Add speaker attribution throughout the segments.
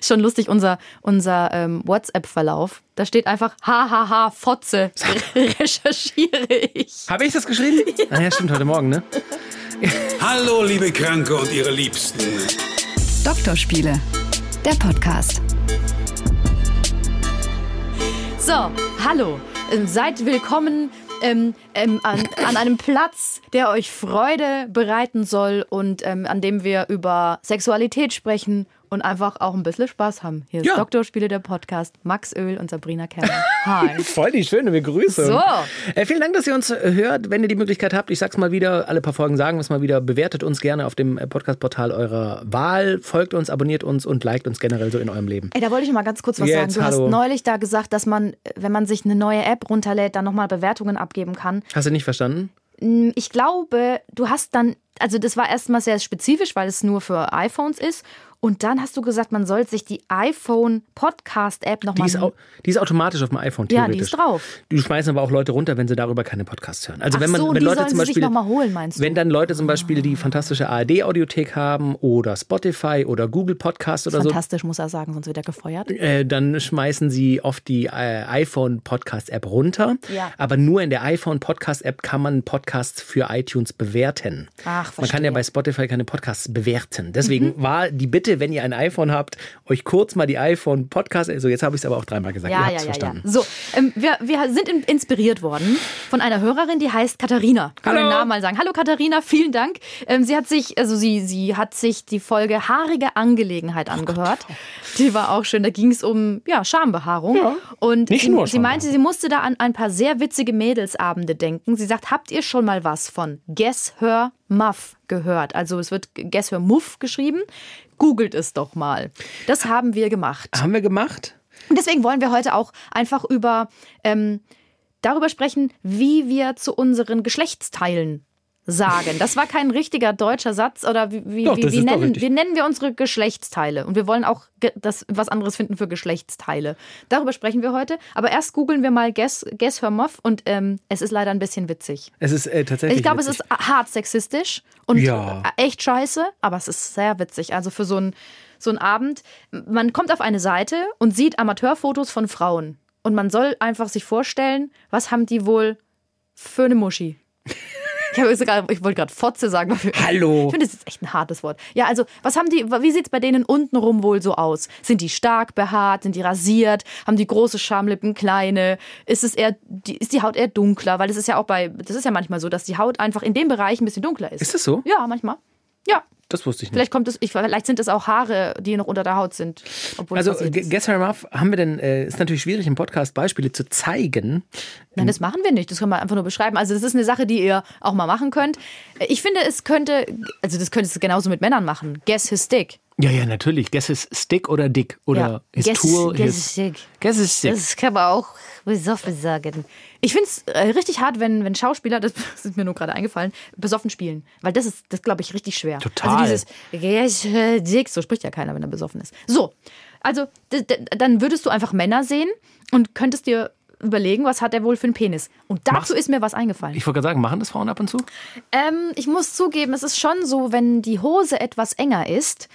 Speaker 1: schon lustig, unser, unser ähm, WhatsApp-Verlauf. Da steht einfach, hahaha, Fotze, recherchiere ich.
Speaker 2: Habe ich das geschrieben? Ah ja, stimmt, heute Morgen, ne?
Speaker 3: Hallo, liebe Kranke und ihre Liebsten.
Speaker 4: Doktorspiele, der Podcast.
Speaker 1: So, hallo, ähm, seid willkommen ähm, ähm, an, an einem Platz, der euch Freude bereiten soll und ähm, an dem wir über Sexualität sprechen und einfach auch ein bisschen Spaß haben. Hier ist
Speaker 2: Ja.
Speaker 1: Doktorspiele, der Podcast, Max Öl und Sabrina Kerner. Hi.
Speaker 2: Voll die schöne Begrüßung.
Speaker 1: So.
Speaker 2: Äh, vielen Dank, dass ihr uns äh, hört. Wenn ihr die Möglichkeit habt, ich sag's mal wieder, alle paar Folgen sagen wir es mal wieder, bewertet uns gerne auf dem äh, Podcast-Portal eurer Wahl, folgt uns, abonniert uns und liked uns generell so in eurem Leben.
Speaker 1: Ey, da wollte ich mal ganz kurz was
Speaker 2: Jetzt,
Speaker 1: sagen. Du
Speaker 2: hallo.
Speaker 1: hast neulich da gesagt, dass man, wenn man sich eine neue App runterlädt, dann nochmal Bewertungen abgeben kann.
Speaker 2: Hast du nicht verstanden?
Speaker 1: Ich glaube, du hast dann, also das war erstmal sehr spezifisch, weil es nur für iPhones ist. Und dann hast du gesagt, man soll sich die iPhone Podcast App
Speaker 2: Die
Speaker 1: nochmal.
Speaker 2: ist, au- die ist automatisch auf dem iPhone,
Speaker 1: Ja,
Speaker 2: theoretisch.
Speaker 1: die ist drauf.
Speaker 2: Die schmeißen aber auch Leute runter, wenn sie darüber keine Podcasts hören. Also
Speaker 1: Ach
Speaker 2: wenn man
Speaker 1: so,
Speaker 2: wenn
Speaker 1: die
Speaker 2: Leute
Speaker 1: sollen
Speaker 2: zum
Speaker 1: sie sich
Speaker 2: Beispiel
Speaker 1: noch mal holen, meinst du? Ah.
Speaker 2: Wenn dann Leute zum Beispiel die fantastische ARD-Audiothek haben oder Spotify oder Google Podcast oder so,
Speaker 1: Fantastisch, muss er sagen, sonst wird er gefeuert.
Speaker 2: äh, dann schmeißen sie oft die äh, iPhone Podcast App runter.
Speaker 1: Ja.
Speaker 2: Aber nur in der iPhone Podcast App kann man Podcasts für iTunes bewerten.
Speaker 1: Ach,
Speaker 2: man kann
Speaker 1: verstehe.
Speaker 2: ja
Speaker 1: Mhm.
Speaker 2: bei Spotify keine Podcasts bewerten. Deswegen war die Bitte, wenn ihr ein iPhone habt, euch kurz mal die iPhone Podcast. Also jetzt habe ich es aber auch dreimal gesagt. ihr
Speaker 1: Ja,
Speaker 2: habt's
Speaker 1: ja, ja, ja.
Speaker 2: verstanden.
Speaker 1: So, ähm, wir, wir sind in, inspiriert worden von einer Hörerin, die heißt Katharina. Kann
Speaker 2: Hallo.
Speaker 1: man den Namen mal sagen. Hallo Katharina, vielen Dank. Ähm, sie hat sich, also sie, sie hat sich die Folge Haarige Angelegenheit
Speaker 2: Oh
Speaker 1: angehört. die war auch schön. Da ging es um ja, Schambehaarung.
Speaker 2: Ja.
Speaker 1: Und
Speaker 2: Nicht
Speaker 1: sie,
Speaker 2: nur
Speaker 1: sie meinte, sie musste da an ein paar sehr witzige Mädelsabende denken. Sie sagt, habt ihr schon mal was von Guess Her Muff gehört? Also es wird Guess Her Muff geschrieben. Googelt es doch mal. Das haben wir gemacht.
Speaker 2: Haben wir gemacht?
Speaker 1: Und deswegen wollen wir heute auch einfach über ähm, darüber sprechen, wie wir zu unseren Geschlechtsteilen sagen. Das war kein richtiger deutscher Satz oder wie, wie,
Speaker 2: Doch,
Speaker 1: wie,
Speaker 2: das
Speaker 1: wie,
Speaker 2: ist doch
Speaker 1: nennen,
Speaker 2: richtig.
Speaker 1: wie nennen wir unsere Geschlechtsteile? Und wir wollen auch ge- das, was anderes finden für Geschlechtsteile. Darüber sprechen wir heute. Aber erst googeln wir mal Guess, Guess Her Muff und ähm, es ist leider ein bisschen witzig.
Speaker 2: Es ist äh, tatsächlich.
Speaker 1: Ich glaube, es
Speaker 2: witzig.
Speaker 1: ist hart sexistisch und
Speaker 2: Ja.
Speaker 1: echt scheiße, aber es ist sehr witzig. Also für so einen so einen Abend, man kommt auf eine Seite und sieht Amateurfotos von Frauen und man soll einfach sich vorstellen, was haben die wohl für eine Muschi? Ich, hab jetzt sogar- ich wollte gerade Fotze sagen. aber wir-
Speaker 2: Hallo.
Speaker 1: Ich finde, das ist echt ein hartes Wort. Ja, also, was haben die, wie sieht es bei denen untenrum wohl so aus? Sind die stark behaart? Sind die rasiert? Haben die große Schamlippen, kleine? Ist es eher, die, ist die Haut eher dunkler? Weil das ist ja auch bei, das ist ja manchmal so, dass die Haut einfach in dem Bereich ein bisschen dunkler ist.
Speaker 2: Ist das so?
Speaker 1: Ja, manchmal. Ja.
Speaker 2: Das wusste ich nicht.
Speaker 1: Vielleicht kommt es, ich, vielleicht sind es auch Haare, die noch unter der Haut sind. Obwohl es
Speaker 2: Also,
Speaker 1: passiert
Speaker 2: Ge-
Speaker 1: ist.
Speaker 2: Guess Her Muff haben wir denn, äh, ist natürlich schwierig im Podcast Beispiele zu zeigen.
Speaker 1: Nein, das machen wir nicht. Das können wir einfach nur beschreiben. Also, das ist eine Sache, die ihr auch mal machen könnt. Ich finde, es könnte, also, das könntest du genauso mit Männern machen. Guess his dick.
Speaker 2: Ja, ja, natürlich. Guess is stick oder dick oder
Speaker 1: Ja. Guess- guess is dick.
Speaker 2: Guess is stick.
Speaker 1: Das kann man auch besoffen sagen. Ich finde es äh, richtig hart, wenn, wenn Schauspieler, das ist mir nur gerade eingefallen, besoffen spielen. Weil das ist, das glaube ich, richtig schwer.
Speaker 2: Total.
Speaker 1: Also dieses "Yes, äh, Dick", so spricht ja keiner, wenn er besoffen ist. So, also d- d- dann würdest du einfach Männer sehen und könntest dir überlegen, was hat er wohl für einen Penis. Und dazu ist mir was eingefallen.
Speaker 2: ich wollte gerade sagen, machen das Frauen ab und zu?
Speaker 1: Ähm, ich muss zugeben, es ist schon so, wenn die Hose etwas enger ist,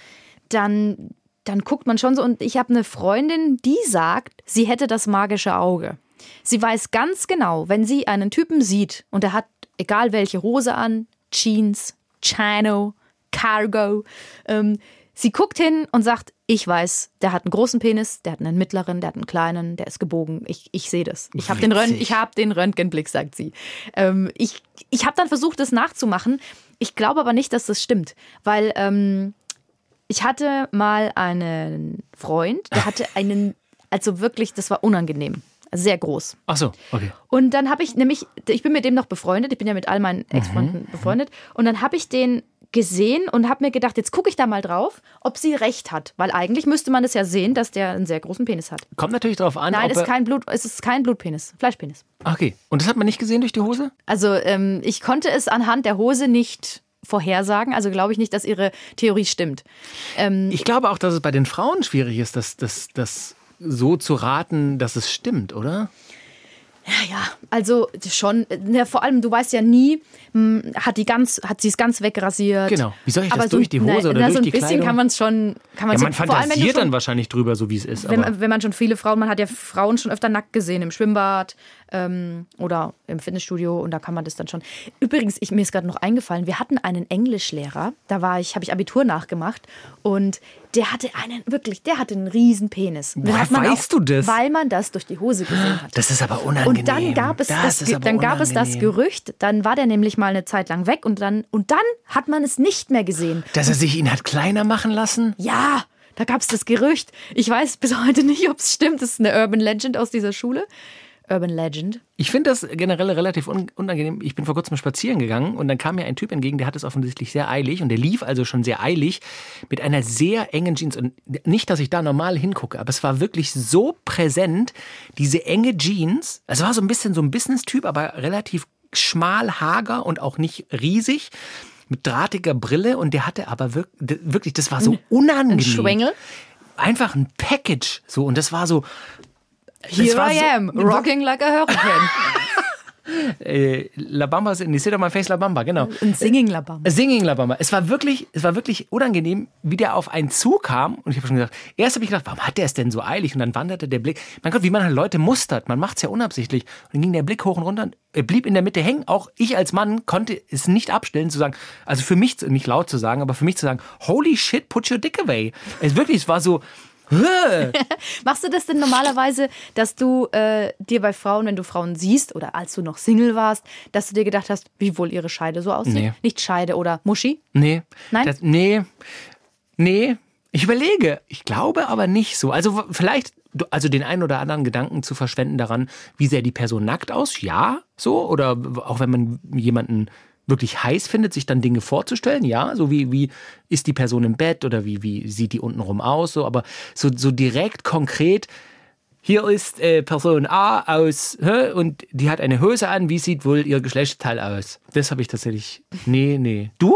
Speaker 1: dann, dann guckt man schon so. Und ich habe eine Freundin, die sagt, sie hätte das magische Auge. Sie weiß ganz genau, wenn sie einen Typen sieht und er hat egal welche Hose an, Jeans, Chino, Cargo, ähm, sie guckt hin und sagt, ich weiß, der hat einen großen Penis, der hat einen mittleren, der hat einen kleinen, der ist gebogen. Ich, ich sehe das. Ich habe den, Rönt, ich hab den Röntgenblick, sagt sie. Ähm, ich ich habe dann versucht, das nachzumachen. Ich glaube aber nicht, dass das stimmt, weil ähm, ich hatte mal einen Freund, der hatte einen, also wirklich, das war unangenehm, sehr groß.
Speaker 2: Ach so, okay.
Speaker 1: Und dann habe ich nämlich, ich bin mit dem noch befreundet, ich bin ja mit all meinen
Speaker 2: Mhm.
Speaker 1: Ex-Freunden befreundet. Und dann habe ich den gesehen und habe mir gedacht, jetzt gucke ich da mal drauf, ob sie recht hat. Weil eigentlich müsste man es ja sehen, dass der einen sehr großen Penis hat.
Speaker 2: Kommt natürlich darauf an,
Speaker 1: Nein,
Speaker 2: ob
Speaker 1: es ist
Speaker 2: er, Ah,
Speaker 1: kein Blut, es ist kein Blutpenis, Fleischpenis.
Speaker 2: Okay, und das hat man nicht gesehen durch die Hose?
Speaker 1: Also ähm, ich konnte es anhand der Hose nicht vorhersagen, also glaube ich nicht, dass ihre Theorie stimmt. Hm.
Speaker 2: Ich glaube auch, dass es bei den Frauen schwierig ist, das, das, das so zu raten, dass es stimmt, oder?
Speaker 1: Ja, ja, also schon. Na, vor allem, du weißt ja nie, hm, hat die ganz, hat sie es ganz wegrasiert.
Speaker 2: Genau. Wie soll ich das?
Speaker 1: so,
Speaker 2: Durch die Hose
Speaker 1: na,
Speaker 2: oder
Speaker 1: na,
Speaker 2: durch
Speaker 1: so ein
Speaker 2: die
Speaker 1: bisschen
Speaker 2: Kleidung?
Speaker 1: kann man es schon. Kann
Speaker 2: Ja,
Speaker 1: man's
Speaker 2: man
Speaker 1: schon- vor allem, wenn du
Speaker 2: fantasiert
Speaker 1: schon,
Speaker 2: dann wahrscheinlich drüber, so wie es ist.
Speaker 1: wenn,
Speaker 2: aber
Speaker 1: man- wenn man schon viele Frauen, man hat ja Frauen schon öfter nackt gesehen im Schwimmbad ähm, oder im Fitnessstudio und da kann man das dann schon. Übrigens, ich, mir ist gerade noch eingefallen, wir hatten einen Englischlehrer, da war ich, habe ich Abitur nachgemacht und der hatte einen, wirklich, der hatte einen riesen Penis. Den
Speaker 2: Woher
Speaker 1: hat man
Speaker 2: weißt du das?
Speaker 1: Weil man das durch die Hose gesehen hat.
Speaker 2: das ist aber unangenehm.
Speaker 1: Und dann gab es das,
Speaker 2: ist
Speaker 1: Ge-
Speaker 2: aber
Speaker 1: dann gab es das
Speaker 2: unangenehm.
Speaker 1: Gerücht, dann war der nämlich mal eine Zeit lang weg und dann und dann hat man es nicht mehr gesehen.
Speaker 2: Dass er sich ihn hat kleiner machen lassen?
Speaker 1: Ja, da gab es das Gerücht. Ich weiß bis heute nicht, ob es stimmt. Das ist eine Urban Legend aus dieser Schule. Urban Legend.
Speaker 2: Ich finde das generell relativ un unangenehm. Ich bin vor kurzem spazieren gegangen und dann kam mir ein Typ entgegen, der hat es offensichtlich sehr eilig und der lief also schon sehr eilig mit einer sehr engen Jeans. Und nicht, dass ich da normal hingucke, aber es war wirklich so präsent, diese enge Jeans. Es war so ein bisschen so ein Business-Typ, aber relativ schmal, hager und auch nicht riesig. Mit drahtiger Brille und der hatte aber wirk d- wirklich, das war so unangenehm.
Speaker 1: Schwengel?
Speaker 2: Einfach ein Package so und das war so. das
Speaker 1: Here
Speaker 2: war
Speaker 1: I
Speaker 2: so-
Speaker 1: am, rocking like a hurricane.
Speaker 2: äh, La Bamba sind, sit on my face La Bamba, genau.
Speaker 1: Ein Singing Labam.
Speaker 2: Singing La Bamba. Es war wirklich, es war wirklich unangenehm, wie der auf einen zukam. Und ich habe schon gedacht, erst habe ich gedacht, warum hat der es denn so eilig? Und dann wanderte der Blick. Mein Gott, wie man halt Leute mustert. Man macht es ja unabsichtlich. Und dann ging der Blick hoch und runter. Er blieb in der Mitte hängen. Auch ich als Mann konnte es nicht abstellen zu sagen, also für mich, zu- nicht laut zu sagen, aber für mich zu sagen, holy shit, put your dick away. Es wirklich, es war so,
Speaker 1: Machst du das denn normalerweise, dass du äh, dir bei Frauen, wenn du Frauen siehst oder als du noch Single warst, dass du dir gedacht hast, wie wohl ihre Scheide so aussieht?
Speaker 2: Nee.
Speaker 1: Nicht Scheide oder Muschi?
Speaker 2: Nee.
Speaker 1: Nein?
Speaker 2: Das, nee. Nee. Ich überlege. Ich glaube aber nicht so. Also w- vielleicht, du- also den einen oder anderen Gedanken zu verschwenden daran, wie sehr die Person nackt aus, ja, so. Oder w- auch wenn man jemanden wirklich heiß findet, sich dann Dinge vorzustellen, ja, so wie, wie ist die Person im Bett oder wie, wie sieht die untenrum aus, so, aber so, so direkt, konkret, hier ist äh, Person A aus hä, und die hat eine Hose an, wie sieht wohl ihr Geschlechtsteil aus? Das habe ich tatsächlich, nee, nee. Du?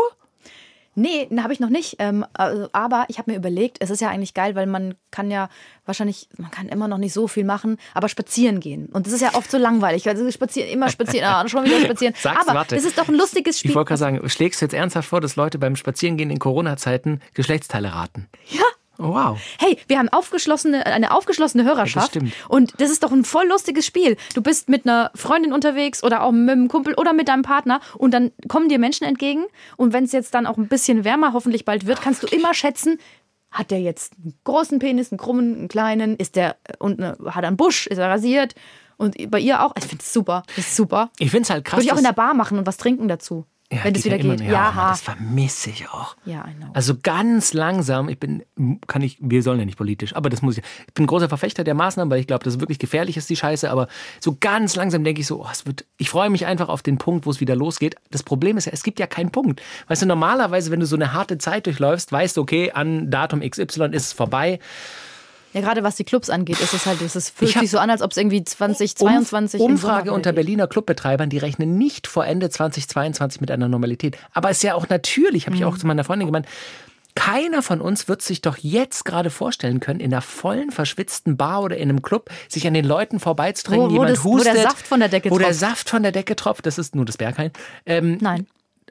Speaker 1: Nee, habe ich noch nicht. Ähm, also, aber ich habe mir überlegt, es ist ja eigentlich geil, weil man kann ja wahrscheinlich, man kann immer noch nicht so viel machen, aber spazieren gehen. Und das ist ja oft so langweilig. Also spazieren, immer spazieren, ah, schon wieder spazieren.
Speaker 2: Sag's,
Speaker 1: aber
Speaker 2: warte.
Speaker 1: das ist doch ein lustiges Spiel.
Speaker 2: Ich wollte gerade sagen, schlägst du jetzt ernsthaft vor, dass Leute beim Spazierengehen in Corona-Zeiten Geschlechtsteile raten?
Speaker 1: ja.
Speaker 2: Oh, wow.
Speaker 1: Hey, wir haben aufgeschlossene, eine aufgeschlossene Hörerschaft.
Speaker 2: Ja, das stimmt.
Speaker 1: Und das ist doch ein voll lustiges Spiel. Du bist mit einer Freundin unterwegs oder auch mit einem Kumpel oder mit deinem Partner und dann kommen dir Menschen entgegen. Und wenn es jetzt dann auch ein bisschen wärmer hoffentlich bald wird, kannst du immer schätzen, hat der jetzt einen großen Penis, einen krummen, einen kleinen, ist der äh, und eine, hat er einen Busch, ist er rasiert und bei ihr auch. Ich finde es super, das ist super.
Speaker 2: Ich finde es halt krass.
Speaker 1: Würde ich auch
Speaker 2: dass-
Speaker 1: in der Bar machen und was trinken dazu,
Speaker 2: Ja,
Speaker 1: wenn es wieder
Speaker 2: ja immer
Speaker 1: geht.
Speaker 2: noch. Ja, Mann, das vermisse ich auch.
Speaker 1: Ja, I know.
Speaker 2: Also ganz langsam, ich bin, kann ich, wir sollen ja nicht politisch, aber das muss ich. Ich bin großer Verfechter der Maßnahmen, weil ich glaube, dass es wirklich gefährlich ist, die Scheiße, aber so ganz langsam denke ich so, oh, es wird, ich freue mich einfach auf den Punkt, wo es wieder losgeht. Das Problem ist ja, es gibt ja keinen Punkt. Weißt du, normalerweise, wenn du so eine harte Zeit durchläufst, weißt du, okay, an Datum XY ist es vorbei.
Speaker 1: Ja, gerade was die Clubs angeht, ist es halt, es ist, fühlt
Speaker 2: Ich hab-
Speaker 1: sich so an, als ob es irgendwie 20,
Speaker 2: Um-
Speaker 1: 22 im
Speaker 2: Umfrage
Speaker 1: Sommer wieder
Speaker 2: unter
Speaker 1: geht.
Speaker 2: Berliner Clubbetreibern, die rechnen nicht vor Ende 2022 mit einer Normalität. Aber ist ja auch natürlich, habe ich
Speaker 1: Mhm.
Speaker 2: auch zu meiner Freundin gemeint, keiner von uns wird sich doch jetzt gerade vorstellen können, in einer vollen, verschwitzten Bar oder in einem Club sich an den Leuten vorbeizudrängen,
Speaker 1: Wo- wo
Speaker 2: jemand
Speaker 1: das- wo
Speaker 2: hustet.
Speaker 1: der Saft von der Decke
Speaker 2: Wo der
Speaker 1: tropft.
Speaker 2: Saft von der Decke tropft, das ist nur das Berghain. Ähm,
Speaker 1: Nein.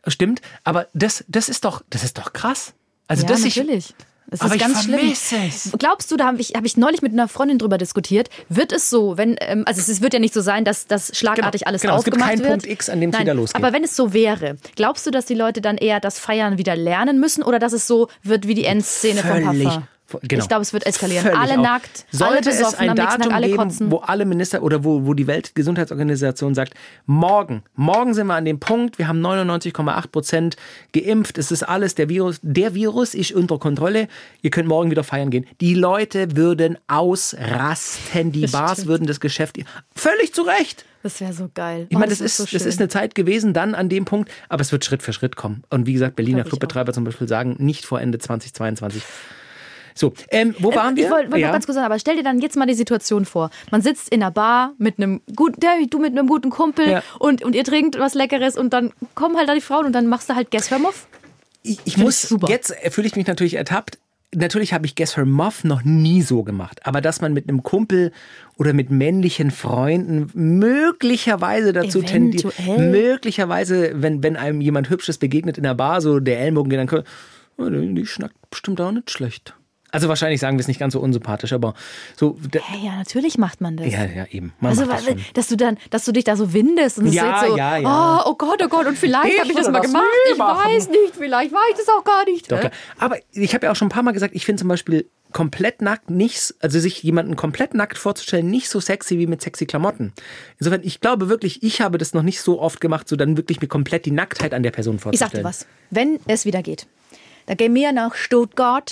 Speaker 2: Stimmt, aber das, das, ist doch, das ist doch krass. Also
Speaker 1: ja,
Speaker 2: das
Speaker 1: natürlich. Es
Speaker 2: aber
Speaker 1: ist
Speaker 2: ich
Speaker 1: ganz schlimm.
Speaker 2: vermisse es.
Speaker 1: Glaubst du, da habe ich, hab ich neulich mit einer Freundin drüber diskutiert, wird es so, wenn, ähm, also es ist- wird ja nicht so sein, dass das schlagartig
Speaker 2: Genau,
Speaker 1: alles
Speaker 2: genau, es gibt
Speaker 1: aufgemacht
Speaker 2: keinen
Speaker 1: wird.
Speaker 2: Punkt X, an dem es
Speaker 1: Nein,
Speaker 2: wieder losgeht.
Speaker 1: Aber wenn es so wäre, glaubst du, dass die Leute dann eher das Feiern wieder lernen müssen oder dass es so wird wie die Endszene vom
Speaker 2: völlig.
Speaker 1: Parfum?
Speaker 2: Genau.
Speaker 1: Ich glaube, es wird eskalieren.
Speaker 2: Völlig
Speaker 1: alle
Speaker 2: auf.
Speaker 1: nackt, alle
Speaker 2: Sollte es
Speaker 1: besoffen,
Speaker 2: ein
Speaker 1: am nächsten
Speaker 2: Datum
Speaker 1: Tag alle
Speaker 2: geben,
Speaker 1: kotzen.
Speaker 2: wo alle Minister oder wo, wo die Weltgesundheitsorganisation sagt, morgen, morgen sind wir an dem Punkt, wir haben 99,8 Prozent geimpft, es ist alles, der Virus, der Virus ist unter Kontrolle, ihr könnt morgen wieder feiern gehen. Die Leute würden ausrasten, die Bars würden das Geschäft, völlig zu Recht.
Speaker 1: Das wäre so geil.
Speaker 2: Ich
Speaker 1: oh,
Speaker 2: meine, das, ist,
Speaker 1: so
Speaker 2: das
Speaker 1: schön.
Speaker 2: ist eine Zeit gewesen dann an dem Punkt, aber es wird Schritt für Schritt kommen. Und wie gesagt, Berliner
Speaker 1: Glaub ich
Speaker 2: Clubbetreiber zum Beispiel sagen, nicht vor Ende 2022. So, ähm, wo waren
Speaker 1: Ich
Speaker 2: wir?
Speaker 1: wollte wollte
Speaker 2: Ja.
Speaker 1: noch ganz kurz sagen, aber stell dir dann jetzt mal die Situation vor. Man sitzt in einer Bar mit einem guten, der- du mit einem guten Kumpel
Speaker 2: Ja.
Speaker 1: und, und ihr trinkt was Leckeres und dann kommen halt da die Frauen und dann machst du halt Guess Where Muff.
Speaker 2: ich, ich
Speaker 1: Find
Speaker 2: muss
Speaker 1: ich super.
Speaker 2: jetzt äh, fühle ich mich natürlich ertappt. natürlich habe ich Guess Her Muff noch nie so gemacht, aber dass man mit einem Kumpel oder mit männlichen Freunden möglicherweise dazu tendiert,
Speaker 1: Eventuell.
Speaker 2: möglicherweise, wenn, wenn einem jemand Hübsches begegnet in der Bar, so der Ellenbogen geht, dann kann, "Oh, die die schnackt bestimmt auch nicht schlecht. Also wahrscheinlich sagen wir es nicht ganz so unsympathisch, aber so, da,
Speaker 1: Hey, ja, natürlich macht man das.
Speaker 2: ja, ja, eben. Man
Speaker 1: Also,
Speaker 2: macht das
Speaker 1: weil-
Speaker 2: schon.
Speaker 1: dass du dann, dass du dich da so windest und es
Speaker 2: Ja,
Speaker 1: ist jetzt so,
Speaker 2: ja, ja.
Speaker 1: Oh, oh Gott, oh Gott, und vielleicht
Speaker 2: Ich
Speaker 1: habe ich das
Speaker 2: würde
Speaker 1: mal
Speaker 2: das
Speaker 1: gemacht.
Speaker 2: nie
Speaker 1: Ich
Speaker 2: machen.
Speaker 1: weiß nicht, vielleicht war ich das auch gar nicht. äh."
Speaker 2: Doch, klar. Aber ich habe ja auch schon ein paar Mal gesagt, ich finde zum Beispiel komplett nackt nichts, also sich jemanden komplett nackt vorzustellen, nicht so sexy wie mit sexy Klamotten. Insofern, ich glaube wirklich, ich habe das noch nicht so oft gemacht, so dann wirklich mir komplett die Nacktheit an der Person
Speaker 1: Ich
Speaker 2: vorzustellen.
Speaker 1: sag dir was, wenn es wieder geht, dann gehen wir nach Stuttgart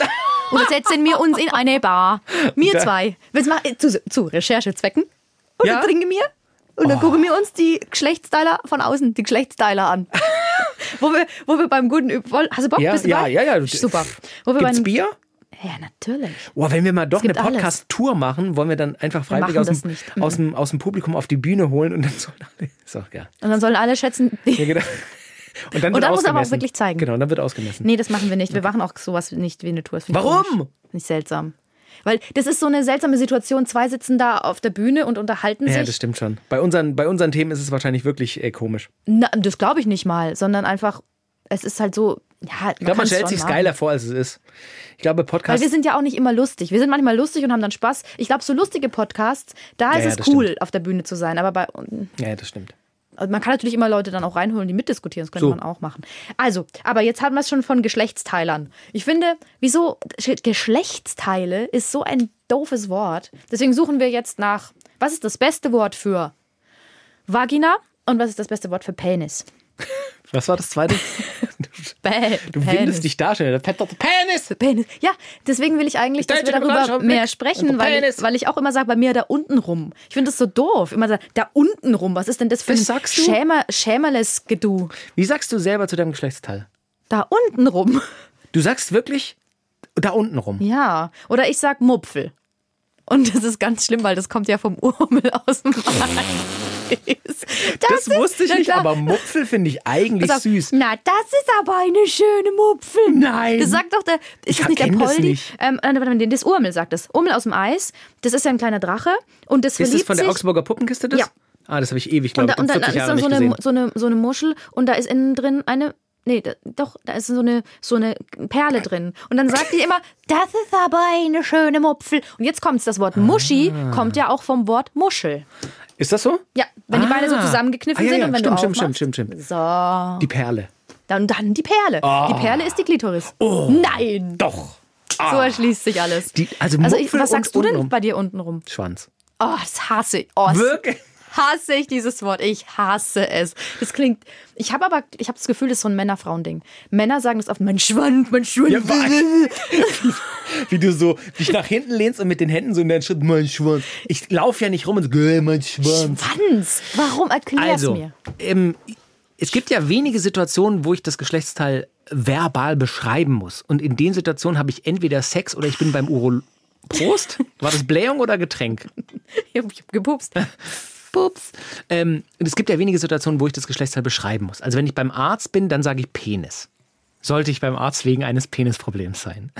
Speaker 1: und setzen wir uns in eine Bar. Wir
Speaker 2: Da-
Speaker 1: zwei. Willst du mal, äh, zu, zu Recherchezwecken. Und
Speaker 2: Ja? Oh.
Speaker 1: dann trinken wir und dann gucken wir uns die Geschlechtsteiler von außen, die Geschlechtsteiler an. wo, wir, wo wir beim guten Üb- woll- Hast du Bock?
Speaker 2: Ja,
Speaker 1: Bist du
Speaker 2: ja,
Speaker 1: bei?
Speaker 2: ja, ja.
Speaker 1: Super. Wo wir
Speaker 2: Gibt's
Speaker 1: beim-
Speaker 2: Bier?
Speaker 1: Ja, natürlich.
Speaker 2: Oh, wenn wir mal doch eine
Speaker 1: gibt alles.
Speaker 2: Podcast-Tour machen, wollen wir dann einfach freiwillig
Speaker 1: machen
Speaker 2: aus
Speaker 1: das
Speaker 2: dem,
Speaker 1: nicht.
Speaker 2: aus, dem, aus dem Publikum auf die Bühne holen und dann sollen alle. Ist auch geil.
Speaker 1: Und dann sollen alle schätzen,
Speaker 2: Ja, genau. Und dann,
Speaker 1: Und
Speaker 2: wird
Speaker 1: dann muss er aber auch
Speaker 2: ausgemessen.
Speaker 1: wirklich zeigen.
Speaker 2: Genau, dann wird ausgemessen.
Speaker 1: Nee, das machen wir nicht. Wir machen auch sowas nicht wie eine Tour. Das find ich
Speaker 2: Warum?
Speaker 1: komisch. Finde ich seltsam. Weil das ist so eine seltsame Situation. Zwei sitzen da auf der Bühne und unterhalten
Speaker 2: Ja, das
Speaker 1: sich.
Speaker 2: stimmt schon. Bei unseren, bei unseren Themen ist es wahrscheinlich wirklich äh, komisch.
Speaker 1: Na, das glaube ich nicht mal, sondern einfach, es ist halt so. Ja,
Speaker 2: Ich glaube, man stellt
Speaker 1: sich
Speaker 2: sich geiler vor, als es ist. Ich glaube,
Speaker 1: Weil
Speaker 2: Podcast.
Speaker 1: wir sind ja auch nicht immer lustig. Wir sind manchmal lustig und haben dann Spaß. Ich glaube, so lustige Podcasts, da
Speaker 2: Ja, ja,
Speaker 1: ist
Speaker 2: das
Speaker 1: es cool,
Speaker 2: stimmt.
Speaker 1: auf der Bühne zu sein. Aber bei, und
Speaker 2: Ja, ja, das stimmt.
Speaker 1: man kann natürlich immer Leute dann auch reinholen, die mitdiskutieren. Das könnte
Speaker 2: So.
Speaker 1: man auch machen. Also, aber jetzt haben wir es schon von Geschlechtsteilern. Ich finde, wieso Geschlechtsteile ist so ein doofes Wort. Deswegen suchen wir jetzt nach, was ist das beste Wort für Vagina und was ist das beste Wort für Penis?
Speaker 2: Was war das zweite?
Speaker 1: Bäh,
Speaker 2: Du windest dich da schon. Penis!
Speaker 1: Penis. Ja, deswegen will ich eigentlich, dass wir
Speaker 2: Deutsche
Speaker 1: darüber
Speaker 2: Nationalmannschaft
Speaker 1: mehr
Speaker 2: weg.
Speaker 1: sprechen,
Speaker 2: Und
Speaker 1: weil
Speaker 2: Penis.
Speaker 1: ich, weil ich auch immer sage, bei mir da unten rum. Ich finde das so doof. Immer sagen, da unten rum. Was ist denn das für
Speaker 2: Das
Speaker 1: ein
Speaker 2: sagst du?
Speaker 1: Schämer, schämerles Gedu?
Speaker 2: Wie sagst du selber zu deinem Geschlechtsteil?
Speaker 1: Da unten rum.
Speaker 2: Du sagst wirklich da unten rum.
Speaker 1: Ja. Oder ich sag Mupfel. Und das ist ganz schlimm, weil das kommt ja vom Urmel aus dem Mais.
Speaker 2: Das,
Speaker 1: ist-
Speaker 2: wusste ich
Speaker 1: na
Speaker 2: nicht,
Speaker 1: klar.
Speaker 2: aber Mupfel finde ich eigentlich
Speaker 1: Pass auf.
Speaker 2: süß.
Speaker 1: Na, das ist aber eine schöne Mupfel.
Speaker 2: Nein.
Speaker 1: Das sagt doch der. Ist das nicht der
Speaker 2: kenn das
Speaker 1: Poldi?
Speaker 2: nicht.
Speaker 1: Ähm, nein, warte mal, den- das Urmel sagt das. Urmel aus dem Eis. Das ist ja ein kleiner Drache. Und das
Speaker 2: Ist
Speaker 1: verliebt
Speaker 2: das von der
Speaker 1: sich.
Speaker 2: Augsburger Puppenkiste das?
Speaker 1: Ja.
Speaker 2: Ah, das habe ich ewig,
Speaker 1: Und
Speaker 2: glaube
Speaker 1: da,
Speaker 2: ich,
Speaker 1: und
Speaker 2: und
Speaker 1: da, da
Speaker 2: 40
Speaker 1: ist
Speaker 2: Jahre
Speaker 1: dann so
Speaker 2: nicht
Speaker 1: eine,
Speaker 2: gesehen.
Speaker 1: so, eine, so eine Muschel und da ist innen drin eine. Nee, da, doch, da ist so eine, so eine Perle drin. Und dann sagt die immer, das ist aber eine schöne Mupfel. Und jetzt kommt's, das Wort Muschi
Speaker 2: Ah.
Speaker 1: kommt ja auch vom Wort Muschel.
Speaker 2: Ist das so?
Speaker 1: Ja, wenn die Beine so
Speaker 2: Ah.
Speaker 1: zusammengekniffen
Speaker 2: Ah, ja,
Speaker 1: sind
Speaker 2: ja,
Speaker 1: und wenn du
Speaker 2: stimmt, stimmt,
Speaker 1: aufmachst, Oh.
Speaker 2: stimmt, stimmt, stimmt. Ah.
Speaker 1: So,
Speaker 2: Die Perle.
Speaker 1: dann, dann die Perle. Die Perle ist die Klitoris. Nein,
Speaker 2: Doch.
Speaker 1: so erschließt sich alles.
Speaker 2: Oh. Die- also
Speaker 1: ich,
Speaker 2: Mupfel
Speaker 1: was sagst
Speaker 2: und
Speaker 1: du denn
Speaker 2: untenrum.
Speaker 1: bei dir untenrum?
Speaker 2: Schwanz.
Speaker 1: Oh, das hasse ich. Oh, das
Speaker 2: Wirklich?
Speaker 1: Hasse ich dieses Wort. Ich hasse es. Das klingt. Ich habe aber, ich habe das Gefühl, das ist so ein Männer-Frauen-Ding. Männer sagen das oft, mein Schwanz, mein Schwanz.
Speaker 2: Ja, wie, wie du so dich nach hinten lehnst und mit den Händen so in deinen Schritt, mein Schwanz. Ich laufe ja nicht rum und so, "Geh, mein Schwanz.
Speaker 1: Schwanz. Warum erklär's
Speaker 2: also,
Speaker 1: mir?
Speaker 2: Ähm, es gibt ja wenige Situationen, wo ich das Geschlechtsteil verbal beschreiben muss. Und in den Situationen habe ich entweder Sex oder ich bin beim Uro. Prost? War das Blähung oder Getränk?
Speaker 1: Ich hab, ich hab gepupst.
Speaker 2: Pups. Ähm, und es gibt ja wenige Situationen, wo ich das Geschlechtsteil beschreiben muss. Also wenn ich beim Arzt bin, dann sage ich Penis. Sollte ich beim Arzt wegen eines Penisproblems sein.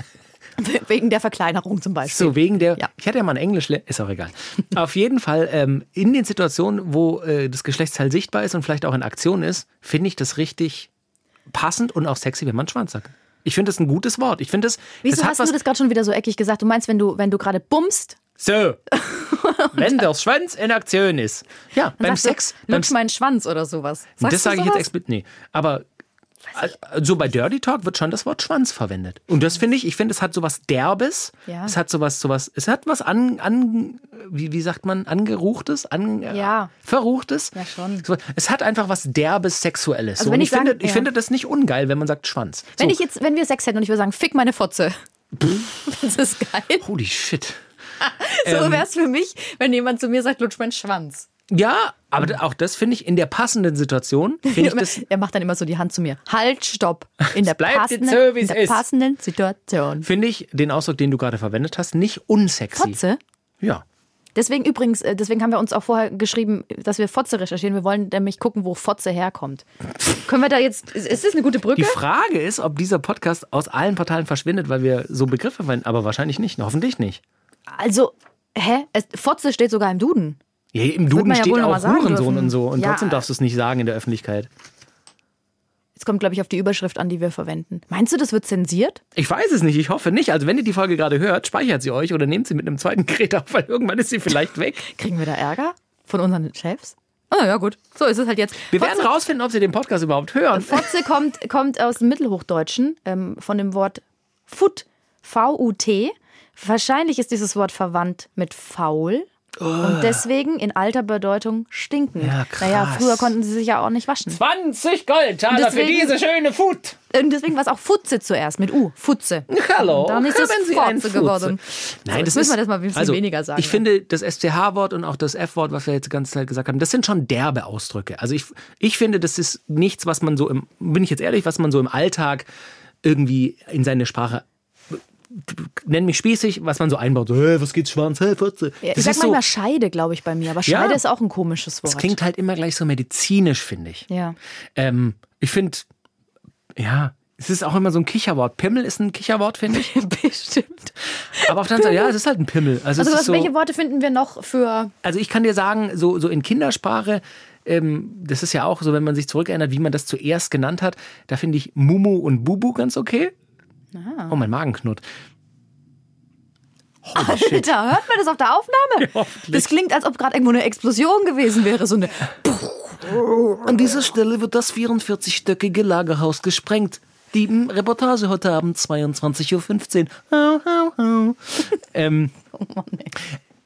Speaker 1: Wegen der Verkleinerung zum Beispiel.
Speaker 2: So, wegen der.
Speaker 1: Ja.
Speaker 2: Ich hatte ja mal einen Englischlehrer, ist auch egal. Auf jeden Fall, ähm, in den Situationen, wo äh, das Geschlechtsteil sichtbar ist und vielleicht auch in Aktion ist, finde ich das richtig passend und auch sexy, wenn man Schwanz sagt. Ich finde das ein gutes Wort. Ich finde das.
Speaker 1: Wieso
Speaker 2: das hat
Speaker 1: hast
Speaker 2: was,
Speaker 1: du das gerade schon wieder so eckig gesagt? Du meinst, wenn du, wenn du gerade bummst,
Speaker 2: So. wenn der Schwanz in Aktion ist. Ja, beim
Speaker 1: sagst du,
Speaker 2: Sex. beim
Speaker 1: lutsch meinen Schwanz oder sowas. Sagst
Speaker 2: das sage
Speaker 1: du
Speaker 2: ich jetzt
Speaker 1: sowas?
Speaker 2: explizit. Nee. Aber äh, so bei Dirty Talk wird schon das Wort Schwanz verwendet. Und das finde ich, ich finde, es hat sowas Derbes.
Speaker 1: Ja.
Speaker 2: Es hat sowas, sowas, es hat was an, an wie, wie sagt man, angeruchtes, an, äh,
Speaker 1: Ja.
Speaker 2: verruchtes.
Speaker 1: Ja, schon.
Speaker 2: So, Es hat einfach was Derbes, Sexuelles.
Speaker 1: Also
Speaker 2: so.
Speaker 1: wenn
Speaker 2: Und
Speaker 1: ich sagen-
Speaker 2: finde, ich
Speaker 1: ja.
Speaker 2: finde das nicht ungeil, wenn man sagt Schwanz.
Speaker 1: Wenn
Speaker 2: so.
Speaker 1: ich jetzt, wenn wir Sex hätten und ich würde sagen, fick meine Fotze. Das ist geil.
Speaker 2: Holy shit. Ähm.
Speaker 1: So wäre es für mich, wenn jemand zu mir sagt, lutsch meinen Schwanz.
Speaker 2: Ja, aber d- auch das finde ich in der passenden Situation, finde ich das,
Speaker 1: er macht dann immer so die Hand zu mir. Halt, stopp. In der,
Speaker 2: bleibt jetzt
Speaker 1: passenden,
Speaker 2: so, wie
Speaker 1: in
Speaker 2: es
Speaker 1: der
Speaker 2: ist.
Speaker 1: passenden Situation.
Speaker 2: finde ich den Ausdruck, den du gerade verwendet hast, nicht unsexy.
Speaker 1: Fotze?
Speaker 2: Ja.
Speaker 1: Deswegen übrigens, äh, deswegen haben wir uns auch vorher geschrieben, dass wir Fotze recherchieren. Wir wollen nämlich gucken, wo Fotze herkommt. Können wir da jetzt, ist, ist das eine gute Brücke?
Speaker 2: Die Frage ist, ob dieser Podcast aus allen Portalen verschwindet, weil wir so Begriffe verwenden, aber wahrscheinlich nicht, hoffentlich nicht.
Speaker 1: Also, hä? Es, Fotze steht sogar im Duden.
Speaker 2: Ja, Im Duden
Speaker 1: man ja
Speaker 2: steht
Speaker 1: wohl noch mal
Speaker 2: auch
Speaker 1: sagen
Speaker 2: Hurensohn
Speaker 1: dürfen.
Speaker 2: und so und
Speaker 1: Ja.
Speaker 2: trotzdem darfst du es nicht sagen in der Öffentlichkeit.
Speaker 1: Jetzt kommt, glaube ich, auf die Überschrift an, die wir verwenden. Meinst du, das wird zensiert?
Speaker 2: Ich weiß es nicht, ich hoffe nicht. Also wenn ihr die Folge gerade hört, speichert sie euch oder nehmt sie mit einem zweiten Gerät auf, weil irgendwann ist sie vielleicht weg.
Speaker 1: Kriegen wir da Ärger von unseren Chefs? Ah, ja, gut. So ist es halt jetzt.
Speaker 2: Wir werden
Speaker 1: Fotze-
Speaker 2: rausfinden, ob sie den Podcast überhaupt hören.
Speaker 1: Fotze kommt, kommt aus dem Mittelhochdeutschen, ähm, von dem Wort Fut, V-U-T. Wahrscheinlich ist dieses Wort verwandt mit faul und deswegen in alter Bedeutung stinken.
Speaker 2: Oh. Ja, krass.
Speaker 1: Naja, früher konnten sie sich ja auch nicht waschen.
Speaker 2: 20 Goldtaler
Speaker 1: für Deswegen- diese
Speaker 2: schöne Food.
Speaker 1: Und deswegen war es auch Futze zuerst mit U, Futze.
Speaker 2: Hallo.
Speaker 1: Und dann ist es
Speaker 2: haben Sie einen
Speaker 1: Fotze geworden.
Speaker 2: Nein,
Speaker 1: So,
Speaker 2: das
Speaker 1: jetzt müssen
Speaker 2: ist,
Speaker 1: wir das mal ein bisschen
Speaker 2: also,
Speaker 1: weniger sagen. ne?
Speaker 2: Ich finde, das SCH-Wort und auch das F-Wort, was wir jetzt die ganze Zeit gesagt haben, das sind schon derbe Ausdrücke. Also ich, ich finde, das ist nichts, was man so im, bin ich jetzt ehrlich, was man so im Alltag irgendwie in seine Sprache nenn mich spießig, was man so einbaut. So, hey, was geht's schwanz? Hey, Fotze.
Speaker 1: Ja, ich
Speaker 2: das
Speaker 1: sag
Speaker 2: ist so,
Speaker 1: manchmal Scheide, glaube ich, bei mir, aber Scheide ist auch ein komisches Wort.
Speaker 2: das klingt halt immer gleich so medizinisch, finde ich.
Speaker 1: ja.
Speaker 2: Ähm, ich finde, ja, es ist auch immer so ein Kicherwort. Pimmel ist ein Kicherwort, finde ich.
Speaker 1: Bestimmt.
Speaker 2: Aber auf der anderen Seite, ja, es ist halt ein Pimmel. Also,
Speaker 1: Also
Speaker 2: es
Speaker 1: was,
Speaker 2: ist so,
Speaker 1: welche Worte finden wir noch für
Speaker 2: also ich kann dir sagen, so, so in Kindersprache, ähm, das ist ja auch so, wenn man sich zurückerinnert, wie man das zuerst genannt hat, da finde ich Mumu und Bubu ganz okay. Oh, mein Magen knurrt. Holy shit.
Speaker 1: Alter, hört man das auf der Aufnahme? das klingt, als ob gerade irgendwo eine Explosion gewesen wäre. So eine
Speaker 2: An dieser Stelle wird das 44-stöckige Lagerhaus gesprengt. Die m, Reportage heute Abend, 22.15 Uhr. ähm,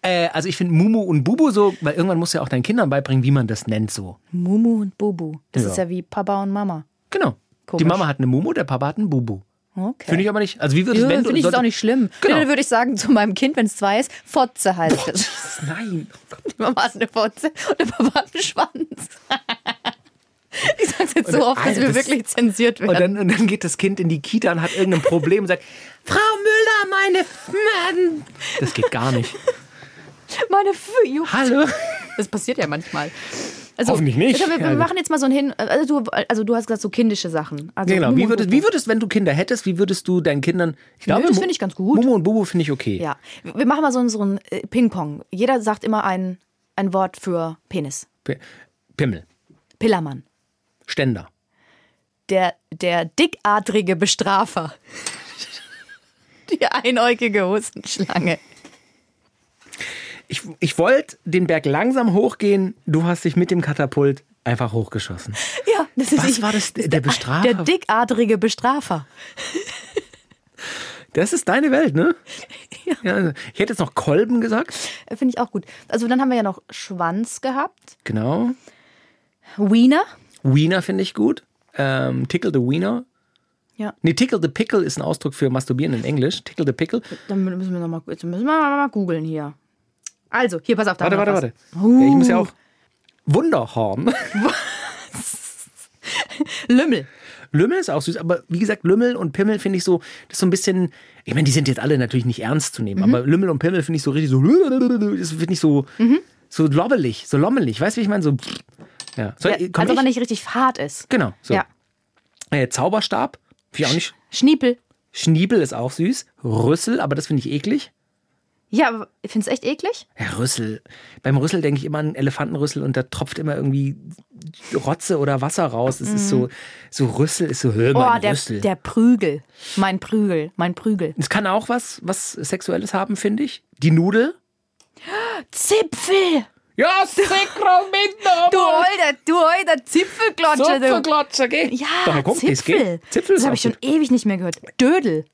Speaker 2: äh, also ich finde Mumu und Bubu so, weil irgendwann musst du ja auch deinen Kindern beibringen, wie man das nennt so.
Speaker 1: Mumu und Bubu. Das
Speaker 2: Ja.
Speaker 1: ist ja wie Papa und Mama.
Speaker 2: Genau.
Speaker 1: Komisch.
Speaker 2: Die Mama hat eine Mumu, der Papa hat einen Bubu.
Speaker 1: Okay.
Speaker 2: Finde ich aber nicht. Also wie würde es,
Speaker 1: ja,
Speaker 2: wenn du...
Speaker 1: finde ich es
Speaker 2: sollte-
Speaker 1: auch nicht schlimm.
Speaker 2: Genau.
Speaker 1: Dann würde ich sagen zu meinem Kind, wenn es zwei ist, Fotze halt.
Speaker 2: Nein.
Speaker 1: Die Mama hat eine Fotze und der Papa hat einen Schwanz. ich sag's jetzt so
Speaker 2: Und-
Speaker 1: oft, dass
Speaker 2: Alter,
Speaker 1: wir
Speaker 2: das-
Speaker 1: wirklich zensiert
Speaker 2: Und
Speaker 1: werden.
Speaker 2: dann, und dann geht das Kind in die Kita und hat irgendein Problem und sagt, Frau Müller, meine... F- Das geht gar nicht.
Speaker 1: Meine Fü
Speaker 2: Hallo.
Speaker 1: Das passiert ja manchmal. Also,
Speaker 2: Hoffentlich nicht.
Speaker 1: Also wir, wir
Speaker 2: Ja, gut.
Speaker 1: machen jetzt mal so ein Hin. Also du, also du hast gesagt, so kindische Sachen. Also
Speaker 2: Genau,
Speaker 1: Mumu
Speaker 2: wie
Speaker 1: und
Speaker 2: würdest,
Speaker 1: Bubu.
Speaker 2: wie würdest, wenn du Kinder hättest, wie würdest du deinen Kindern. Ich
Speaker 1: das
Speaker 2: Mu-
Speaker 1: finde ich ganz gut.
Speaker 2: Mumu und Bubu finde ich okay.
Speaker 1: Ja, wir machen mal so einen, so einen äh, Ping-Pong. Jeder sagt immer ein, ein Wort für Penis.
Speaker 2: P- Pimmel,
Speaker 1: Pillermann.
Speaker 2: Ständer,
Speaker 1: Der, der dickadrige Bestrafer. Die einäugige Hosenschlange.
Speaker 2: Ich, ich wollte den Berg langsam hochgehen, du hast dich mit dem Katapult einfach hochgeschossen.
Speaker 1: Ja, das ist
Speaker 2: Was
Speaker 1: ich.
Speaker 2: war das? Der, Bestrafer?
Speaker 1: Der dickadrige Bestrafer.
Speaker 2: das ist deine Welt, ne? Ja. also, ich hätte jetzt noch Kolben gesagt.
Speaker 1: Äh, Finde ich auch gut. Also dann haben wir ja noch Schwanz gehabt.
Speaker 2: Genau.
Speaker 1: Wiener.
Speaker 2: Wiener finde ich gut. Ähm, tickle the Wiener.
Speaker 1: Ja.
Speaker 2: Nee, tickle the pickle ist ein Ausdruck für masturbieren in Englisch. Tickle the pickle.
Speaker 1: Dann müssen wir nochmal müssen wir mal, mal googeln hier. Also, hier, pass auf. Da
Speaker 2: Warte,
Speaker 1: haben wir
Speaker 2: warte,
Speaker 1: was.
Speaker 2: warte. Ja, ich muss ja
Speaker 1: Uh.
Speaker 2: auch. Wunderhorn.
Speaker 1: Lümmel.
Speaker 2: Lümmel ist auch süß, aber wie gesagt, Lümmel und Pimmel finde ich so, das ist so ein bisschen, ich meine, die sind jetzt alle natürlich nicht ernst zu
Speaker 1: Mhm.
Speaker 2: nehmen, aber Lümmel und Pimmel finde ich so richtig so, das finde ich so,
Speaker 1: Mhm.
Speaker 2: so lobbelig, so lommelig, weißt du, wie ich meine, so, ja. Soll,
Speaker 1: Ja,
Speaker 2: ja, Äh, komm
Speaker 1: als ob
Speaker 2: ich?
Speaker 1: er nicht richtig hart ist.
Speaker 2: Genau, so.
Speaker 1: Ja.
Speaker 2: Äh, Zauberstab, finde ich auch nicht,
Speaker 1: Schniepel.
Speaker 2: Schniebel ist auch süß, Rüssel, aber das finde ich eklig.
Speaker 1: Ja, aber ich finde es echt eklig.
Speaker 2: Ja, Rüssel. Beim Rüssel denke ich immer an Elefantenrüssel und da tropft immer irgendwie Rotze oder Wasser raus. Es ist so, so Rüssel ist so, hör mal,
Speaker 1: Oh,
Speaker 2: ein
Speaker 1: Mhm. der,
Speaker 2: Rüssel.
Speaker 1: der Prügel. Mein Prügel, mein Prügel.
Speaker 2: Es kann auch was, was Sexuelles haben, finde ich. Die Nudel.
Speaker 1: Zipfel!
Speaker 2: Ja, Sakrament,
Speaker 1: Du alter, du alter Zipfelklatscher, du.
Speaker 2: geh.
Speaker 1: Ja,
Speaker 2: Daher kommt es,
Speaker 1: Zipfel.
Speaker 2: gell? Zipfel
Speaker 1: das
Speaker 2: ist
Speaker 1: habe
Speaker 2: auch
Speaker 1: ich schon
Speaker 2: gut.
Speaker 1: ewig nicht mehr gehört. Dödel,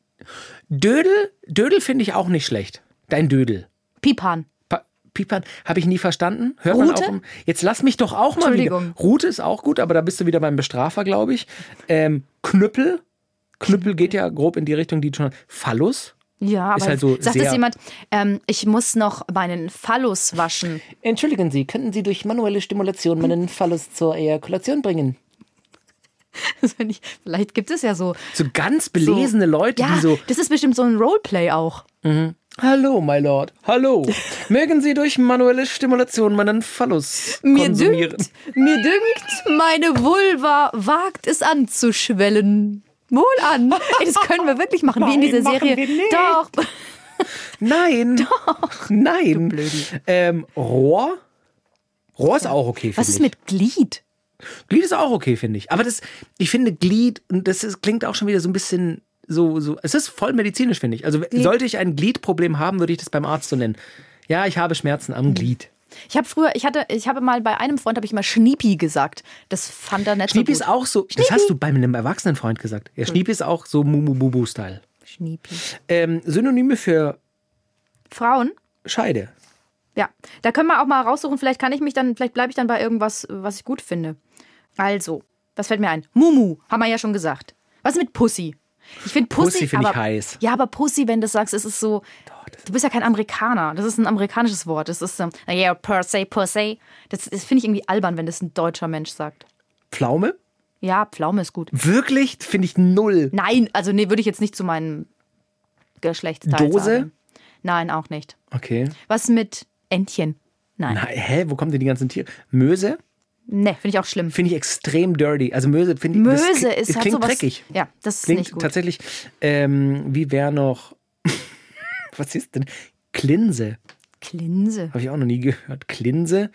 Speaker 2: Dödel, Dödel finde ich auch nicht schlecht. Dein Dödel.
Speaker 1: Pipan.
Speaker 2: Pa Piepern habe ich nie verstanden. Hört man
Speaker 1: Rute?
Speaker 2: auch. im- Jetzt lass mich doch auch mal wieder.
Speaker 1: Entschuldigung.
Speaker 2: Rute ist auch gut, aber da bist du wieder beim Bestrafer, glaube ich. Ähm, Knüppel. Knüppel geht ja grob in die Richtung, die du schon. Phallus.
Speaker 1: Ja, aber
Speaker 2: Ist halt so
Speaker 1: sagt
Speaker 2: sehr-
Speaker 1: es jemand, ähm, ich muss noch meinen Phallus waschen.
Speaker 2: Entschuldigen Sie, könnten Sie durch manuelle Stimulation meinen Phallus zur Ejakulation bringen?
Speaker 1: Das find ich, vielleicht gibt es ja so.
Speaker 2: So ganz belesene Leute,
Speaker 1: ja,
Speaker 2: die so.
Speaker 1: das ist bestimmt so ein Roleplay auch.
Speaker 2: Hallo, my lord. Hallo. Mögen Sie durch manuelle Stimulation meinen Phallus
Speaker 1: Mir
Speaker 2: konsumieren?
Speaker 1: dünkt, mir dünkt, meine Vulva wagt es anzuschwellen. Wohl an. Ey, das können wir wirklich machen, wie in
Speaker 2: Nein,
Speaker 1: dieser
Speaker 2: machen
Speaker 1: Serie.
Speaker 2: wir nicht.
Speaker 1: Doch.
Speaker 2: Nein. Doch. Nein. Ähm, Rohr? Rohr ist auch okay.
Speaker 1: Was
Speaker 2: finde
Speaker 1: ist
Speaker 2: ich.
Speaker 1: mit Glied?
Speaker 2: Glied ist auch okay, finde ich. Aber das, ich finde Glied, und das ist, klingt auch schon wieder so ein bisschen so, so, es ist voll medizinisch, finde ich. Also sollte ich ein Gliedproblem haben, würde ich das beim Arzt so nennen. Ja, ich habe Schmerzen am
Speaker 1: Hm.
Speaker 2: Glied.
Speaker 1: Ich habe früher, ich hatte, ich habe mal bei einem Freund habe ich mal Schniepi gesagt. Das fand er nicht
Speaker 2: Schniepi
Speaker 1: so
Speaker 2: ist
Speaker 1: gut.
Speaker 2: auch so, das hast du bei einem erwachsenen Freund gesagt. Ja, Schniepi ist auch so Mumu-Bubu-Style.
Speaker 1: Schniepi.
Speaker 2: Ähm, Synonyme für
Speaker 1: Frauen.
Speaker 2: Scheide.
Speaker 1: Ja, da können wir auch mal raussuchen. Vielleicht kann ich mich dann, vielleicht bleibe ich dann bei irgendwas, was ich gut finde. Also, was fällt mir ein? Mumu, haben wir ja schon gesagt. Was ist mit Pussy? Ich finde Pussy.
Speaker 2: Pussy finde ich
Speaker 1: aber-
Speaker 2: heiß.
Speaker 1: Ja, aber Pussy, wenn du das sagst, ist es so. Du bist ja kein Amerikaner. Das ist ein amerikanisches Wort. Das ist, ähm, yeah, Pussy, Pussy. Das, das finde ich irgendwie albern, wenn das ein deutscher Mensch sagt.
Speaker 2: Pflaume?
Speaker 1: Ja, Pflaume ist gut.
Speaker 2: Wirklich? Finde ich null.
Speaker 1: Nein, also nee, würde ich jetzt nicht zu meinem Geschlechtsteil
Speaker 2: Dose?
Speaker 1: sagen. Nein, auch nicht.
Speaker 2: Okay.
Speaker 1: Was mit Entchen? Nein.
Speaker 2: Na, hä, wo kommen denn die ganzen Tiere? Möse?
Speaker 1: Nee, finde ich auch schlimm.
Speaker 2: Finde ich extrem dirty. Also Möse finde ich. das
Speaker 1: Möse
Speaker 2: kli-
Speaker 1: ist
Speaker 2: das
Speaker 1: halt
Speaker 2: klingt
Speaker 1: sowas.
Speaker 2: dreckig.
Speaker 1: Ja, das ist
Speaker 2: Klingt
Speaker 1: nicht gut.
Speaker 2: tatsächlich. Ähm, wie wäre noch. was ist denn? Klinse.
Speaker 1: Klinse.
Speaker 2: Habe ich auch noch nie gehört. Klinse.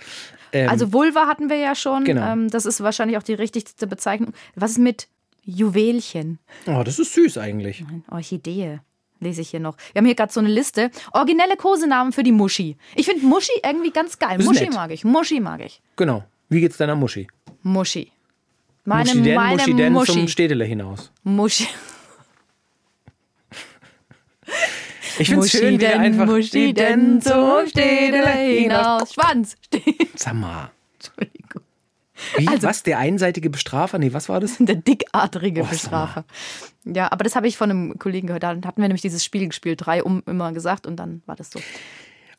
Speaker 1: Also Vulva hatten wir ja schon.
Speaker 2: Genau.
Speaker 1: Ähm, das ist wahrscheinlich auch die richtigste Bezeichnung. Was ist mit Juwelchen?
Speaker 2: Oh, das ist süß eigentlich.
Speaker 1: Orchidee. Lese ich hier noch. Wir haben hier gerade so eine Liste. Originelle Kosenamen für die Muschi. Ich finde Muschi irgendwie ganz geil.
Speaker 2: Ist
Speaker 1: Muschi
Speaker 2: nett.
Speaker 1: mag ich. Muschi mag ich.
Speaker 2: Genau. Wie geht's deiner Muschi?
Speaker 1: Muschi. Meine,
Speaker 2: Muschi denn,
Speaker 1: meine
Speaker 2: Muschi denn
Speaker 1: Muschi.
Speaker 2: zum Städele hinaus.
Speaker 1: Muschi.
Speaker 2: Ich finde es schön, wie wir
Speaker 1: denn,
Speaker 2: einfach.
Speaker 1: Muschi denn zum Städele hinaus. Schwanz. Steht.
Speaker 2: Sag mal.
Speaker 1: Entschuldigung.
Speaker 2: Wie,
Speaker 1: Also-
Speaker 2: was? Der einseitige Bestrafer? Nee, was war das?
Speaker 1: Der dickadrige
Speaker 2: sag
Speaker 1: Bestrafer. Ja, aber das habe ich von einem Kollegen gehört. Da hatten wir nämlich dieses Spiel gespielt, drei um immer gesagt und dann war das so.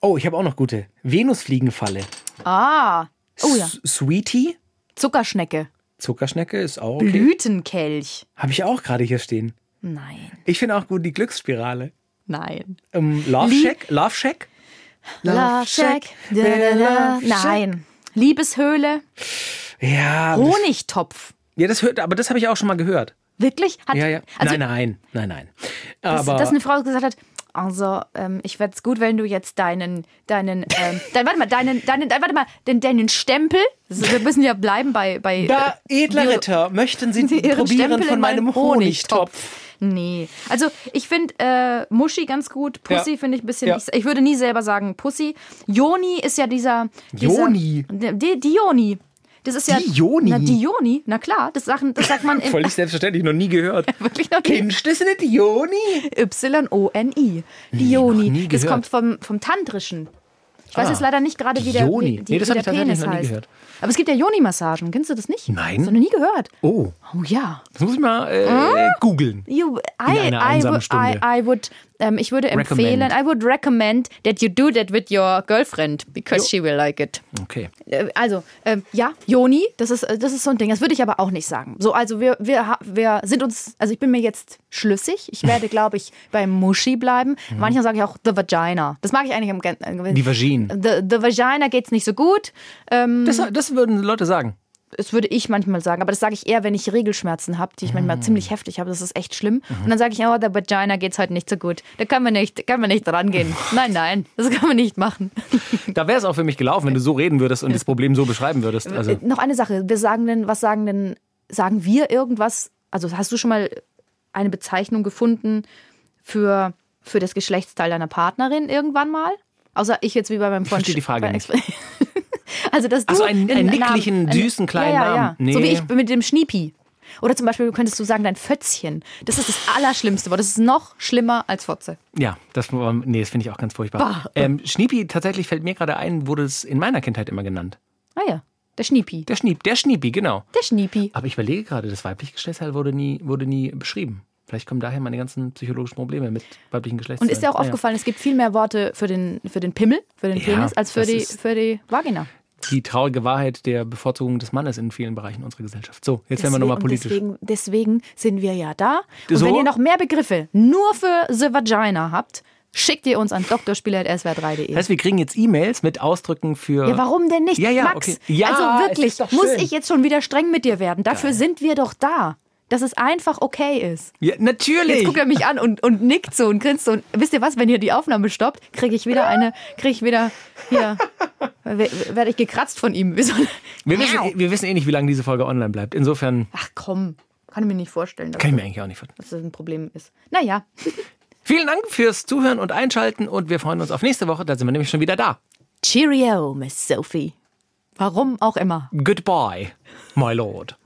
Speaker 2: Oh, ich habe auch noch gute. Venusfliegenfalle.
Speaker 1: Ah, oh ja,
Speaker 2: S- Sweetie.
Speaker 1: Zuckerschnecke,
Speaker 2: Zuckerschnecke ist auch. Okay.
Speaker 1: Blütenkelch.
Speaker 2: Habe ich auch gerade hier stehen.
Speaker 1: Nein,
Speaker 2: Ich finde auch gut die Glücksspirale.
Speaker 1: nein.
Speaker 2: Ähm, Love
Speaker 1: Lie-
Speaker 2: Shack? Love Shack?
Speaker 1: Love Shack. Da, da, da.
Speaker 2: Love Shack.
Speaker 1: Nein. Liebeshöhle,
Speaker 2: Ja, aber das,
Speaker 1: Honigtopf.
Speaker 2: ja das hört, aber das habe ich auch schon mal gehört.
Speaker 1: Wirklich? Hat,
Speaker 2: Ja, ja.
Speaker 1: Also,
Speaker 2: nein, nein, nein, nein.
Speaker 1: dass,
Speaker 2: Aber
Speaker 1: dass eine Frau gesagt hat, also, ähm, ich werde es gut, wenn du jetzt deinen, deinen, ähm, dein, warte mal, deinen, deinen, dein, warte mal, den, deinen Stempel, so, wir müssen ja bleiben bei, bei
Speaker 2: da,
Speaker 1: äh,
Speaker 2: edler
Speaker 1: Bio-
Speaker 2: Ritter, möchten Sie
Speaker 1: Ihren
Speaker 2: probieren
Speaker 1: Stempel
Speaker 2: von
Speaker 1: in
Speaker 2: meinem
Speaker 1: meinen
Speaker 2: Honigtopf?
Speaker 1: Nee. Also ich finde äh, Muschi ganz gut. Pussy
Speaker 2: Ja.
Speaker 1: finde ich ein bisschen.
Speaker 2: Ja.
Speaker 1: Ich, ich würde nie selber sagen Pussy. Joni ist ja dieser. dieser
Speaker 2: Joni?
Speaker 1: Die, die Joni. Das ist ja.
Speaker 2: Die Joni?
Speaker 1: Na, die Joni. Na klar, das, Sachen, das sagt man in.
Speaker 2: Völlig selbstverständlich, noch nie gehört.
Speaker 1: Wirklich noch nie.
Speaker 2: Kennst du das nicht, Joni?
Speaker 1: Y-O-N-I. Die Joni.
Speaker 2: nie
Speaker 1: das
Speaker 2: gehört.
Speaker 1: kommt vom, vom Tantrischen. Ich weiß
Speaker 2: Ah.
Speaker 1: jetzt leider nicht gerade, wie der,
Speaker 2: Joni.
Speaker 1: wie, die,
Speaker 2: Nee, das
Speaker 1: wie
Speaker 2: hab
Speaker 1: der
Speaker 2: ich tatsächlich
Speaker 1: Penis
Speaker 2: noch nie
Speaker 1: heißt.
Speaker 2: gehört.
Speaker 1: Aber es gibt ja Joni-Massagen. Kennst du das nicht?
Speaker 2: Nein.
Speaker 1: Hast du noch nie gehört?
Speaker 2: Oh,
Speaker 1: Oh ja.
Speaker 2: das muss ich mal äh,
Speaker 1: Hm?
Speaker 2: googeln.
Speaker 1: You, I,
Speaker 2: einer
Speaker 1: I,
Speaker 2: einsamen
Speaker 1: would- I,
Speaker 2: Stunde.
Speaker 1: I would, ähm, ich würde empfehlen,
Speaker 2: Recommend.
Speaker 1: I would recommend that you do that with your girlfriend, because she will like it.
Speaker 2: Okay.
Speaker 1: Äh, Also, ähm, ja, Joni, das ist, äh, das ist so ein Ding. Das würde ich aber auch nicht sagen. So, also wir, wir, ha- wir sind uns, also ich bin mir jetzt schlüssig. Ich werde, glaube ich, beim Muschi bleiben. Manchmal sage ich auch the vagina. Das mag ich eigentlich am Gen äh,
Speaker 2: Die Vagine.
Speaker 1: The, the vagina geht's nicht so gut. Ähm,
Speaker 2: Das, das würden Leute sagen.
Speaker 1: das würde ich manchmal sagen, aber das sage ich eher, wenn ich Regelschmerzen habe, die ich manchmal ziemlich heftig habe. Das ist echt schlimm. Und dann sage ich, oh, der Vagina geht's heute nicht so gut. Da kann man nicht, kann man nicht rangehen. Nein, nein, das kann man nicht machen.
Speaker 2: Da wäre es auch für mich gelaufen, wenn du so reden würdest
Speaker 1: Äh.
Speaker 2: und das Problem so beschreiben würdest. Also,
Speaker 1: Noch eine Sache. Wir sagen denn, was sagen denn, sagen wir irgendwas? Also hast du schon mal eine Bezeichnung gefunden für, für das Geschlechtsteil deiner Partnerin irgendwann mal? Außer ich jetzt wie bei meinem Freund.
Speaker 2: verstehe die Frage
Speaker 1: bei
Speaker 2: nicht.
Speaker 1: Also, dass du
Speaker 2: so, einen- einen
Speaker 1: Namen-
Speaker 2: nicklichen,
Speaker 1: einen-
Speaker 2: süßen, kleinen
Speaker 1: ja, ja, ja.
Speaker 2: Namen. Nee.
Speaker 1: So wie ich mit dem Schniepi. Oder zum Beispiel könntest du sagen, dein Fötzchen. Das ist das allerschlimmste Wort. Das ist noch schlimmer als Fotze.
Speaker 2: ja, das, war- nee, das finde ich auch ganz
Speaker 1: Bah.
Speaker 2: furchtbar. Ähm, Schniepi, tatsächlich fällt mir gerade ein, wurde es in meiner Kindheit immer genannt.
Speaker 1: Ah ja, der Schniepi.
Speaker 2: Der Schniep, der Schniepi, genau.
Speaker 1: Der Schniepi.
Speaker 2: Aber ich überlege gerade, das weibliche Geschlechtsteil wurde nie, wurde nie beschrieben. Vielleicht kommen daher meine ganzen psychologischen Probleme mit weiblichen
Speaker 1: Und
Speaker 2: Geschlechtsteilen.
Speaker 1: ist dir auch
Speaker 2: Naja.
Speaker 1: aufgefallen, es gibt viel mehr Worte für den, für den Pimmel, für den
Speaker 2: Ja,
Speaker 1: Penis, als für
Speaker 2: das
Speaker 1: die,
Speaker 2: ist-
Speaker 1: für die Vagina.
Speaker 2: Die traurige Wahrheit der Bevorzugung des Mannes in vielen Bereichen unserer Gesellschaft. So, jetzt werden wir nochmal
Speaker 1: und
Speaker 2: politisch.
Speaker 1: Deswegen, deswegen sind wir ja da. Und
Speaker 2: So?
Speaker 1: wenn ihr noch mehr Begriffe nur für the Vagina habt, Schickt ihr uns an drspieler.swr3.de.
Speaker 2: Das heißt, wir kriegen jetzt E-Mails mit Ausdrücken für.
Speaker 1: Ja, warum denn nicht?
Speaker 2: Ja, ja,
Speaker 1: Max,
Speaker 2: okay. Ja,
Speaker 1: also
Speaker 2: es
Speaker 1: wirklich,
Speaker 2: ist doch
Speaker 1: muss
Speaker 2: schön.
Speaker 1: ich jetzt schon wieder streng mit dir werden? Dafür sind wir doch da. Dass es einfach okay ist.
Speaker 2: Ja, natürlich.
Speaker 1: Jetzt guckt er mich an und, und nickt so und grinst so. Und wisst ihr was, wenn hier die Aufnahme stoppt, kriege ich wieder eine, kriege ich wieder, hier, wer- werde ich gekratzt von ihm. Wir sollen-
Speaker 2: wir, wissen,
Speaker 1: Miau.
Speaker 2: wir wissen eh nicht, wie lange diese Folge online bleibt. Insofern
Speaker 1: Ach komm, kann ich mir nicht vorstellen, dass,
Speaker 2: kann ich mir eigentlich auch nicht vorstellen.
Speaker 1: dass das ein Problem ist. Naja,
Speaker 2: Vielen Dank fürs Zuhören und Einschalten und wir freuen uns auf nächste Woche. Da sind wir nämlich schon wieder da.
Speaker 1: cheerio, Miss Sophie. Warum auch immer.
Speaker 2: Goodbye, my lord.